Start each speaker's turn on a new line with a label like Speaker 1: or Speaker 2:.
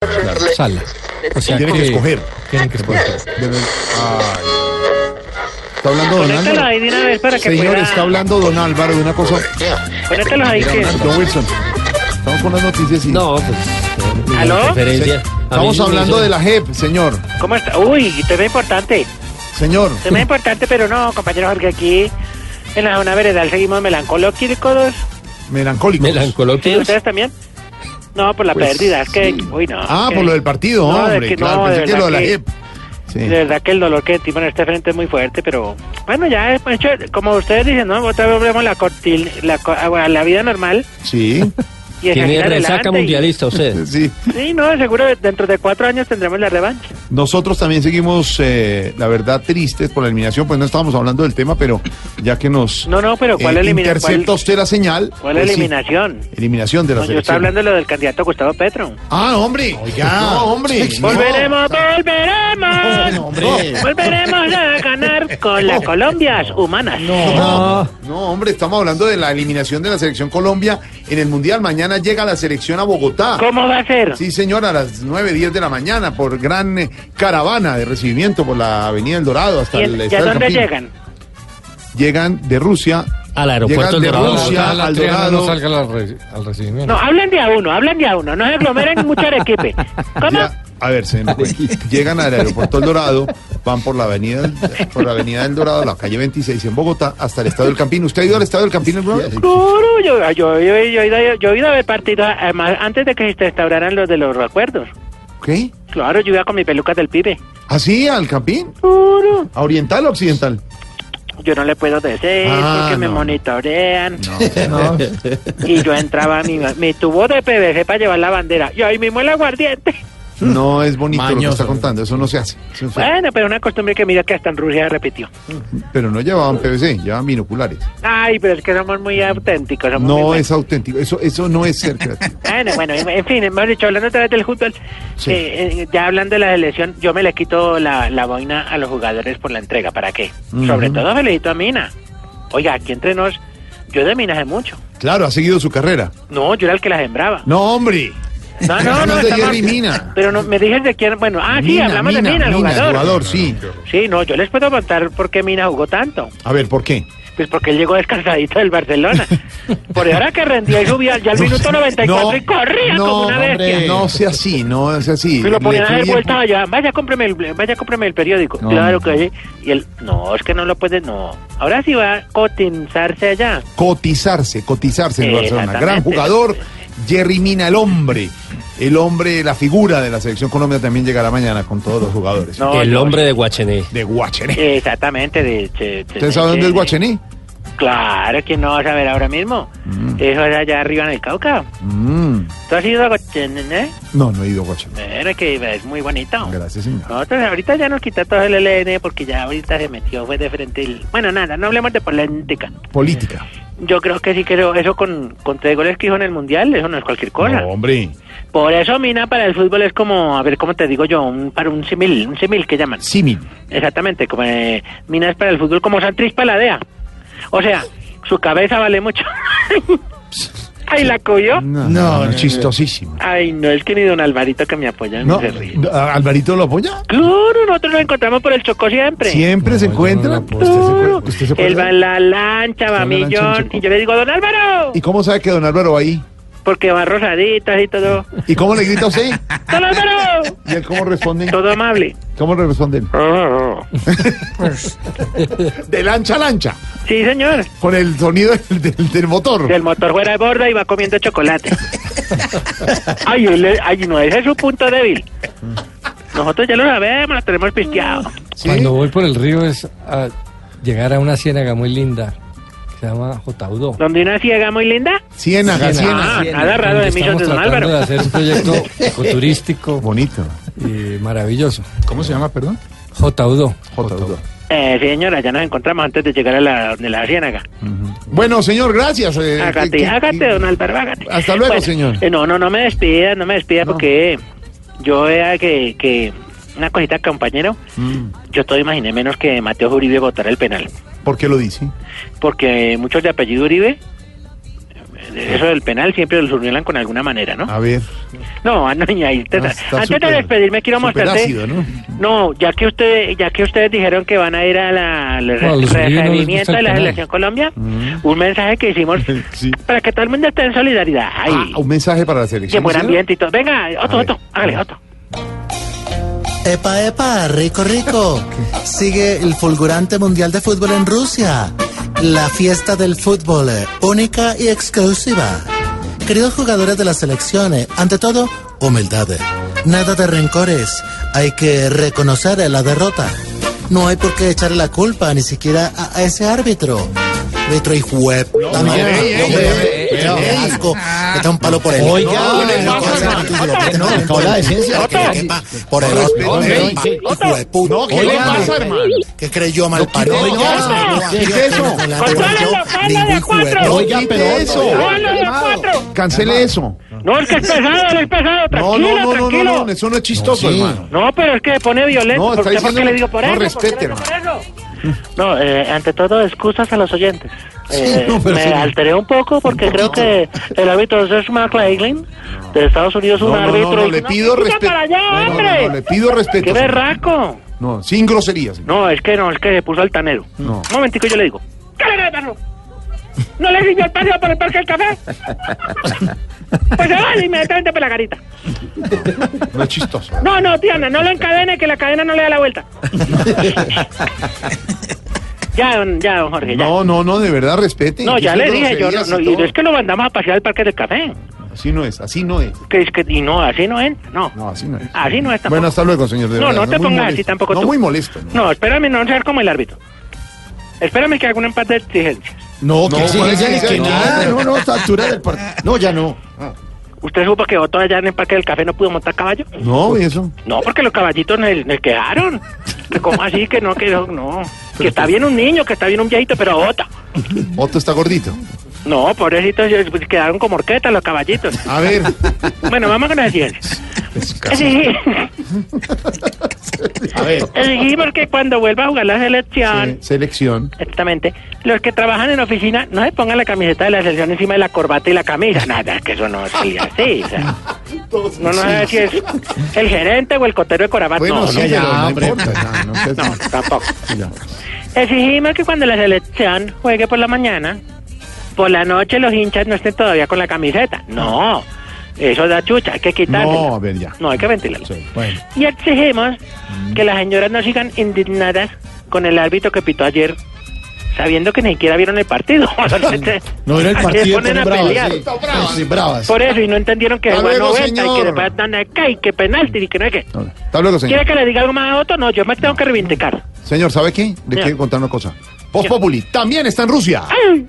Speaker 1: claro.
Speaker 2: Sala.
Speaker 1: O sea,
Speaker 3: Tiene que escoger.
Speaker 2: Tienen que escoger.
Speaker 3: Debe- Ay. Está hablando don
Speaker 4: Conéctalo ahí
Speaker 3: Álvaro.
Speaker 4: de una vez para que
Speaker 3: Señor,
Speaker 4: pueda.
Speaker 3: está hablando don Álvaro de una cosa.
Speaker 4: Conéctalo ahí que.
Speaker 3: Don Wilson. Estamos con las noticias y.
Speaker 5: No, pues. mi
Speaker 4: ¿Aló?
Speaker 5: preferencia. A mí
Speaker 3: Estamos
Speaker 5: no me
Speaker 3: hablando
Speaker 5: hizo-
Speaker 3: de la JEP, señor.
Speaker 4: ¿Cómo está? Uy, tema importante.
Speaker 3: Señor.
Speaker 4: Tema importante, pero no, compañero Jorge, aquí en la zona veredal seguimos melancólicos.
Speaker 3: Melancólico.
Speaker 4: ¿Sí,
Speaker 5: Melancolóquicos.
Speaker 4: ¿Ustedes también? No, por la pérdida, es que. Uy, no.
Speaker 3: Pues Ah,
Speaker 4: que-
Speaker 3: por lo del partido,
Speaker 4: No, de
Speaker 3: hombre.
Speaker 4: que
Speaker 3: claro,
Speaker 4: no, de
Speaker 3: pensé que
Speaker 4: verdad
Speaker 3: lo de la
Speaker 4: que-
Speaker 3: JEP. Sí.
Speaker 4: De verdad que el dolor que sentimos en este frente es muy fuerte, pero bueno, ya es hecho, como ustedes dicen, ¿no? Otra vez volvemos a la, cortil, la, co- a la vida normal
Speaker 3: Sí.
Speaker 4: y a
Speaker 5: Tiene
Speaker 4: salir
Speaker 5: resaca
Speaker 4: adelante y-
Speaker 5: mundialista usted.
Speaker 3: Sí.
Speaker 4: Sí, no, seguro dentro de cuatro años tendremos la revancha.
Speaker 3: Nosotros también seguimos, eh, la verdad, tristes por la eliminación, pues no estábamos hablando del tema, pero ya que nos eh,
Speaker 4: No, no, pero ¿cuál elimina-
Speaker 3: intercepta
Speaker 4: cuál-
Speaker 3: usted la señal.
Speaker 4: ¿Cuál
Speaker 3: pues sí,
Speaker 4: eliminación?
Speaker 3: eliminación de la
Speaker 4: No, yo
Speaker 3: selección.
Speaker 4: estaba hablando de lo del candidato Gustavo Petro.
Speaker 3: Ah, hombre. No, hombre.
Speaker 4: Volveremos, volveremos.
Speaker 3: No, hombre.
Speaker 4: Volveremos a ganar con las Colombias humanas.
Speaker 3: No, no, hombre, estamos hablando de la eliminación de la selección Colombia en el Mundial. Mañana llega la selección a Bogotá.
Speaker 4: ¿Cómo va a ser?
Speaker 3: Sí, señor, a las 9, 10 de la mañana por gran eh, caravana de recibimiento por la Avenida El Dorado hasta
Speaker 4: ¿Y,
Speaker 3: el
Speaker 4: en- y a
Speaker 3: Estadio
Speaker 4: dónde
Speaker 3: Campín.
Speaker 4: llegan?
Speaker 3: Llegan de Rusia.
Speaker 5: Al aeropuerto
Speaker 3: Llegan
Speaker 5: El
Speaker 3: de
Speaker 1: Ah,
Speaker 5: Dorado.
Speaker 3: Rusia
Speaker 1: Ojalá
Speaker 3: al
Speaker 1: Triana
Speaker 3: Dorado.
Speaker 1: no salga al, re- al recibimiento.
Speaker 4: No, hablen de a uno, hablen de a uno. No se aglomeren mucho equipo. ¿Cómo?
Speaker 3: Ya- a ver, se me fue. Llegan al aeropuerto El Dorado, van por la avenida del- por la avenida del Dorado, la calle 26 en Bogotá, hasta el Estadio del Campín. ¿Usted ha ido al Estadio del Campín alguna vez?
Speaker 4: Claro, yo, yo, yo, yo, he ido- yo he ido a ver partidos además, antes de que se restauraran los de los recuerdos.
Speaker 3: ¿Qué?
Speaker 4: Claro, yo iba con mi peluca del pibe.
Speaker 3: ¿Así? ¿Ah, ¿Al Campín?
Speaker 4: Claro.
Speaker 3: ¿A oriental o occidental?
Speaker 4: Yo no le puedo decir
Speaker 3: Ah,
Speaker 4: porque me
Speaker 3: no.
Speaker 4: monitorean.
Speaker 2: No,
Speaker 1: Eh,
Speaker 5: Eh,
Speaker 4: Y yo entraba a mi, mi tubo de PVC para llevar la bandera. Y ahí mismo el aguardiente.
Speaker 3: No es bonito lo que
Speaker 2: Mañoso.
Speaker 3: está contando, eso no se hace. Eso no se hace.
Speaker 4: Bueno, pero una costumbre que mira que hasta en Rusia repitió.
Speaker 3: Pero no llevaban PVC, llevaban binoculares.
Speaker 4: Ay, pero es que somos muy auténticos. somos muy
Speaker 3: No
Speaker 4: buenos.
Speaker 3: es auténtico, eso, eso no es ser creativo.
Speaker 4: Bueno, bueno, en en fin, hemos dicho, hablando otra vez del fútbol,
Speaker 3: Sí.
Speaker 4: eh, eh, ya hablando de la selección, yo me le quito la, la boina a los jugadores por la entrega. ¿Para qué? Sobre todo felicito a Mina. Oiga, aquí entre nos, yo de Mina sé mucho.
Speaker 3: Claro, ha seguido su carrera.
Speaker 4: No, yo era el que la sembraba.
Speaker 3: No, hombre.
Speaker 4: No, no, no.
Speaker 3: Hablando de
Speaker 4: estamos-
Speaker 3: Jerry Mina.
Speaker 4: Pero no, me dijes de quién. Bueno, ah, sí, hablamos de Mina, el jugador.
Speaker 3: sí.
Speaker 4: Sí, no, yo les puedo contar por qué Mina jugó tanto.
Speaker 3: A ver, ¿por qué?
Speaker 4: Pues porque él llegó descansadito del Barcelona. Por ahora que rendía y subía ya al minuto 94 y corría
Speaker 3: no,
Speaker 4: como una
Speaker 3: hombre,
Speaker 4: bestia.
Speaker 3: no sea así, no sea así.
Speaker 4: Y Eh. lo ponían a dar
Speaker 3: fluye-
Speaker 4: vuelta allá. Vaya, cómpreme el, vaya, cómpreme el periódico.
Speaker 3: No.
Speaker 4: Claro que sí. Y él, no, es que no lo puede, no. Ahora sí va a cotizarse allá.
Speaker 3: Cotizarse, cotizarse en Barcelona.
Speaker 4: Exactamente.
Speaker 3: Gran jugador, Jerry Mina, el hombre. El hombre, la figura de la selección Colombia también llegará mañana con todos los jugadores.
Speaker 4: No, Eh,
Speaker 5: El
Speaker 4: no,
Speaker 5: hombre de Guachené.
Speaker 3: De Guachené.
Speaker 4: Exactamente. De, de- de-
Speaker 3: ¿Usted sabe dónde es
Speaker 4: de-
Speaker 3: Guachené?
Speaker 4: Claro, ¿quién no va a saber ahora mismo? Eso es allá arriba en el Cauca.
Speaker 3: Mm,
Speaker 4: ¿Tú has ido a Guachené?
Speaker 3: No, no he ido a Guachené.
Speaker 4: Mira que es muy bonito.
Speaker 3: Gracias, señor.
Speaker 4: Nosotros ahorita ya nos quita todo el LN porque ya ahorita se metió, fue de frente. El... Bueno, nada, no hablemos de política.
Speaker 3: Política.
Speaker 4: Yo creo que sí creo eso con, con tres goles que hizo en el Mundial, eso no es cualquier cosa.
Speaker 3: No, hombre.
Speaker 4: Por eso, Mina, para el fútbol es como, a ver, ¿cómo te digo yo? Un, para un simil, un simil que llaman.
Speaker 3: Símil.
Speaker 4: Exactamente, como eh, Mina es para el fútbol como Santrich para la DEA. O sea, su cabeza vale mucho. Ay, la cogió.
Speaker 3: No,
Speaker 2: no, no.
Speaker 3: chistosísimo.
Speaker 4: Ay, no, es que ni don Alvarito que me apoya
Speaker 3: No,
Speaker 4: Ah, se ríe.
Speaker 3: ¿Alvarito lo apoya?
Speaker 4: Claro, nosotros nos encontramos por el Chocó siempre.
Speaker 3: Siempre
Speaker 1: No,
Speaker 3: se
Speaker 1: yo no
Speaker 3: encuentra.
Speaker 1: la
Speaker 3: ¿Usted
Speaker 1: apoyo.
Speaker 3: se
Speaker 4: Claro.
Speaker 3: acuerda? ¿Usted se
Speaker 4: Él va
Speaker 3: acuerda?
Speaker 4: en la lancha, va
Speaker 3: Está
Speaker 4: a
Speaker 3: en la lancha en
Speaker 4: millón.
Speaker 3: Chocó.
Speaker 4: Y yo le digo, don Álvaro,
Speaker 3: ¿Y cómo sabe que don Álvaro va ahí?
Speaker 4: porque va rosadito, así todo.
Speaker 3: ¿Y cómo le grita a usted?
Speaker 4: ¡Don Álvaro!
Speaker 3: ¿Y él cómo responde?
Speaker 4: Todo amable.
Speaker 3: ¿Cómo le responde él? De lancha a lancha,
Speaker 4: Sí, señor.
Speaker 3: con el sonido del, del- del motor.
Speaker 4: Del motor fuera de borda y va comiendo chocolate. Ay, él es- ay, no, ese es su punto débil. Nosotros ya lo sabemos, lo tenemos pisteado.
Speaker 3: ¿Sí?
Speaker 1: Cuando voy por el río es a llegar a una ciénaga muy linda que se llama Jotaudó.
Speaker 4: Donde una ciega muy linda.
Speaker 3: Ciénaga, ciénaga.
Speaker 4: Ah, nada raro de
Speaker 1: donde
Speaker 4: millones
Speaker 1: Ah, estamos
Speaker 4: de don
Speaker 1: tratando
Speaker 4: Álvaro.
Speaker 1: de hacer un proyecto ecoturístico
Speaker 3: Bonito.
Speaker 1: y maravilloso.
Speaker 6: ¿Cómo se llama, perdón?
Speaker 1: Jotaudó.
Speaker 3: J2.
Speaker 4: Eh, señora, ya nos encontramos antes de llegar a la, de la ciénaga.
Speaker 3: Bueno, señor, gracias. eh, que-
Speaker 4: Hágate,
Speaker 3: que-
Speaker 4: hágate, don Álvaro, hágate.
Speaker 3: Hasta luego, señor.
Speaker 4: eh, No, no, no me despida, no me despida
Speaker 3: No.
Speaker 4: porque eh, yo vea que, que una cosita, compañero,
Speaker 3: Mm,
Speaker 4: yo todo imaginé menos que Mateo Uribe votara el penal.
Speaker 3: ¿Por qué lo dice?
Speaker 4: Porque muchos de apellido Uribe eh, eso del penal siempre lo survelan con alguna manera, ¿no?
Speaker 3: A ver.
Speaker 4: No, Anoña, ahí te-
Speaker 3: No,
Speaker 4: antes
Speaker 3: Ah, está
Speaker 4: de
Speaker 3: súper-
Speaker 4: despedirme quiero
Speaker 3: súper
Speaker 4: mostrarte.
Speaker 3: ácido, ¿no?
Speaker 4: ya que ustedes, ya que ustedes dijeron que van a ir a la la-
Speaker 1: No, a los niños no les
Speaker 4: referimiento
Speaker 1: gusta el
Speaker 4: de la
Speaker 1: canal.
Speaker 4: selección Colombia, un mensaje que hicimos
Speaker 3: Mm. Sí.
Speaker 4: para que todo el mundo esté en solidaridad. Ay,
Speaker 3: Ah, un mensaje para la
Speaker 4: que
Speaker 3: selección.
Speaker 4: buen
Speaker 3: ¿sí?
Speaker 4: ambiente y todo. Venga, Otto,
Speaker 3: ver.
Speaker 4: Otto, hágale, Otto.
Speaker 2: Epa, epa, rico, rico. Sigue el fulgurante mundial de fútbol en Rusia. La fiesta del fútbol, eh, única y exclusiva. Queridos jugadores de las selecciones, ante todo, humildad. Nada de rencores. Hay que reconocer eh, la derrota. No hay por qué echarle la culpa ni siquiera a, a ese árbitro. Árbitro y juez. También.
Speaker 3: ey, ey,
Speaker 2: hombre,
Speaker 3: ey,
Speaker 2: qué
Speaker 3: ey, ey.
Speaker 2: asco, que está un palo por el
Speaker 5: Oiga,
Speaker 2: No,
Speaker 5: ¿qué le
Speaker 2: no,
Speaker 5: pasa,
Speaker 2: ese
Speaker 5: man?
Speaker 2: árbitro lo meten por el
Speaker 5: Con la decencia.
Speaker 2: culo, que le quepa Por el
Speaker 3: Otto,
Speaker 2: otro.
Speaker 3: ey,
Speaker 2: Hijo de puta.
Speaker 3: No, ¿qué le
Speaker 5: Oigan,
Speaker 3: pasa, hermano?
Speaker 2: ¿Qué creyó mal
Speaker 3: No,
Speaker 2: parido?
Speaker 3: no, no, ¿qué es eso?
Speaker 4: No,
Speaker 5: Oiga,
Speaker 3: quite
Speaker 5: pero
Speaker 3: eso.
Speaker 5: Otto,
Speaker 4: ¡No, no, no, cuatro!
Speaker 3: Cancele eso.
Speaker 4: Ah, No, es que es pesado, es pesado,
Speaker 3: No, no,
Speaker 4: tranquilo,
Speaker 3: no, no,
Speaker 4: tranquilo.
Speaker 3: no, no, eso no es chistoso,
Speaker 5: No, sí.
Speaker 3: hermano.
Speaker 4: No, pero es que pone violento.
Speaker 3: No, está
Speaker 4: ¿Por qué? ¿Por qué
Speaker 3: diciendo-
Speaker 4: le digo por
Speaker 3: no,
Speaker 4: eso?
Speaker 3: respete,
Speaker 4: ¿Por qué le digo por eso? No, eh, ante todo, excusas a los oyentes. Eh,
Speaker 3: no, pero
Speaker 4: me
Speaker 3: sí.
Speaker 4: alteré un poco porque creo que el árbitro es McLaughlin de Estados Unidos, un
Speaker 3: No, no,
Speaker 4: árbitro.
Speaker 3: no, no,
Speaker 4: y-
Speaker 3: le
Speaker 4: ¡No,
Speaker 3: pido
Speaker 4: quita
Speaker 3: respeto.
Speaker 4: para allá,
Speaker 3: No, no,
Speaker 4: hombre!
Speaker 3: no, no, le pido respeto.
Speaker 4: ¡Qué
Speaker 3: señor.
Speaker 4: berraco!
Speaker 3: No, sin groserías.
Speaker 4: No, es que no, es que se puso altanero.
Speaker 3: No.
Speaker 4: Un momentico, yo le digo. ¡Cállate, perro! ¿No le sirvió el perro por el parque del café? Pues se va inmediatamente por la carita.
Speaker 3: No es chistoso.
Speaker 4: No, no, Diana, no lo encadene, que la cadena no le da la vuelta. ya, don, ya, don Jorge, ya.
Speaker 3: No, no, no, de verdad respete.
Speaker 4: No,
Speaker 3: que
Speaker 4: ya
Speaker 3: son
Speaker 4: le dije yo, no,
Speaker 3: groserías
Speaker 4: no,
Speaker 3: y
Speaker 4: y
Speaker 3: todo.
Speaker 4: es que lo mandamos a pasear al parque del café.
Speaker 3: Así no es, así no es.
Speaker 4: Que es que, y no, así no entra, no.
Speaker 3: No, así no es.
Speaker 4: Así no es tampoco.
Speaker 3: Bueno, hasta luego, señor. de
Speaker 4: No,
Speaker 3: verdad,
Speaker 4: no te
Speaker 3: muy
Speaker 4: pongas así
Speaker 3: molesto.
Speaker 4: tampoco
Speaker 3: No,
Speaker 4: tú.
Speaker 3: muy molesto.
Speaker 4: No, espérame no ser como el árbitro. Espérame que haga un empate de exigencias.
Speaker 5: No, que
Speaker 3: No,
Speaker 5: exigencia ni
Speaker 3: exigencia,
Speaker 5: que
Speaker 3: no.
Speaker 5: nada. No, no, está altura del partido. No, ya no.
Speaker 4: ¿Usted supo que votó allá en el parque del café no pudo montar caballo?
Speaker 3: No, ¿y eso?
Speaker 4: No, porque los caballitos nos, nos quedaron. Que ¿Cómo así? Que no, que no, no. Que está bien un niño, que está bien un viejito, pero vota.
Speaker 3: Otto está gordito.
Speaker 4: No, pobrecitos, ellos, pues, quedaron como horquetas los caballitos.
Speaker 3: A ver.
Speaker 4: Bueno, vamos con la siguiente. Exigí-
Speaker 3: A ver.
Speaker 4: Exigimos que cuando vuelva a jugar la selección,
Speaker 3: Sí, Eh, selección.
Speaker 4: exactamente, los que trabajan en oficina no se pongan la camiseta de la selección encima de la corbata y la camisa. Nada, es que eso no es así. o sea, no, no sé si es el gerente o el cotero de corabato.
Speaker 3: Bueno,
Speaker 4: no,
Speaker 3: sí,
Speaker 4: no,
Speaker 3: pero
Speaker 5: ya,
Speaker 3: no
Speaker 5: hombre.
Speaker 3: importa. ya, no seas-
Speaker 4: no, tampoco.
Speaker 3: ya.
Speaker 4: Exigimos que cuando la selección juegue por la mañana, por la noche los hinchas no estén todavía con la camiseta. No, eso da chucha, hay que quitarla.
Speaker 3: No, a ver, ya.
Speaker 4: No, hay que ventilarlo.
Speaker 3: Sí, bueno.
Speaker 4: Y exigimos
Speaker 5: Mm.
Speaker 4: que las señoras no sigan indignadas con el árbitro que pitó ayer, sabiendo que ni siquiera vieron el partido.
Speaker 5: No era el
Speaker 4: Se
Speaker 5: partido
Speaker 4: ponen
Speaker 5: con
Speaker 4: a pelear.
Speaker 5: bravas. sí. Sí, bravas.
Speaker 4: Por eso, y no entendieron que
Speaker 3: Hasta
Speaker 4: jugó a
Speaker 3: luego,
Speaker 4: 90 y que
Speaker 3: señor.
Speaker 4: después dan acá y que penalti y que no hay que.
Speaker 3: Hasta luego, señor.
Speaker 4: ¿Quiere que le diga algo más a otro? No, yo me tengo que reivindicar.
Speaker 3: Señor, ¿sabe qué? Le
Speaker 4: Señor.
Speaker 3: quiero contar una cosa. Voz Populi también está en Rusia.
Speaker 4: ¡Ay!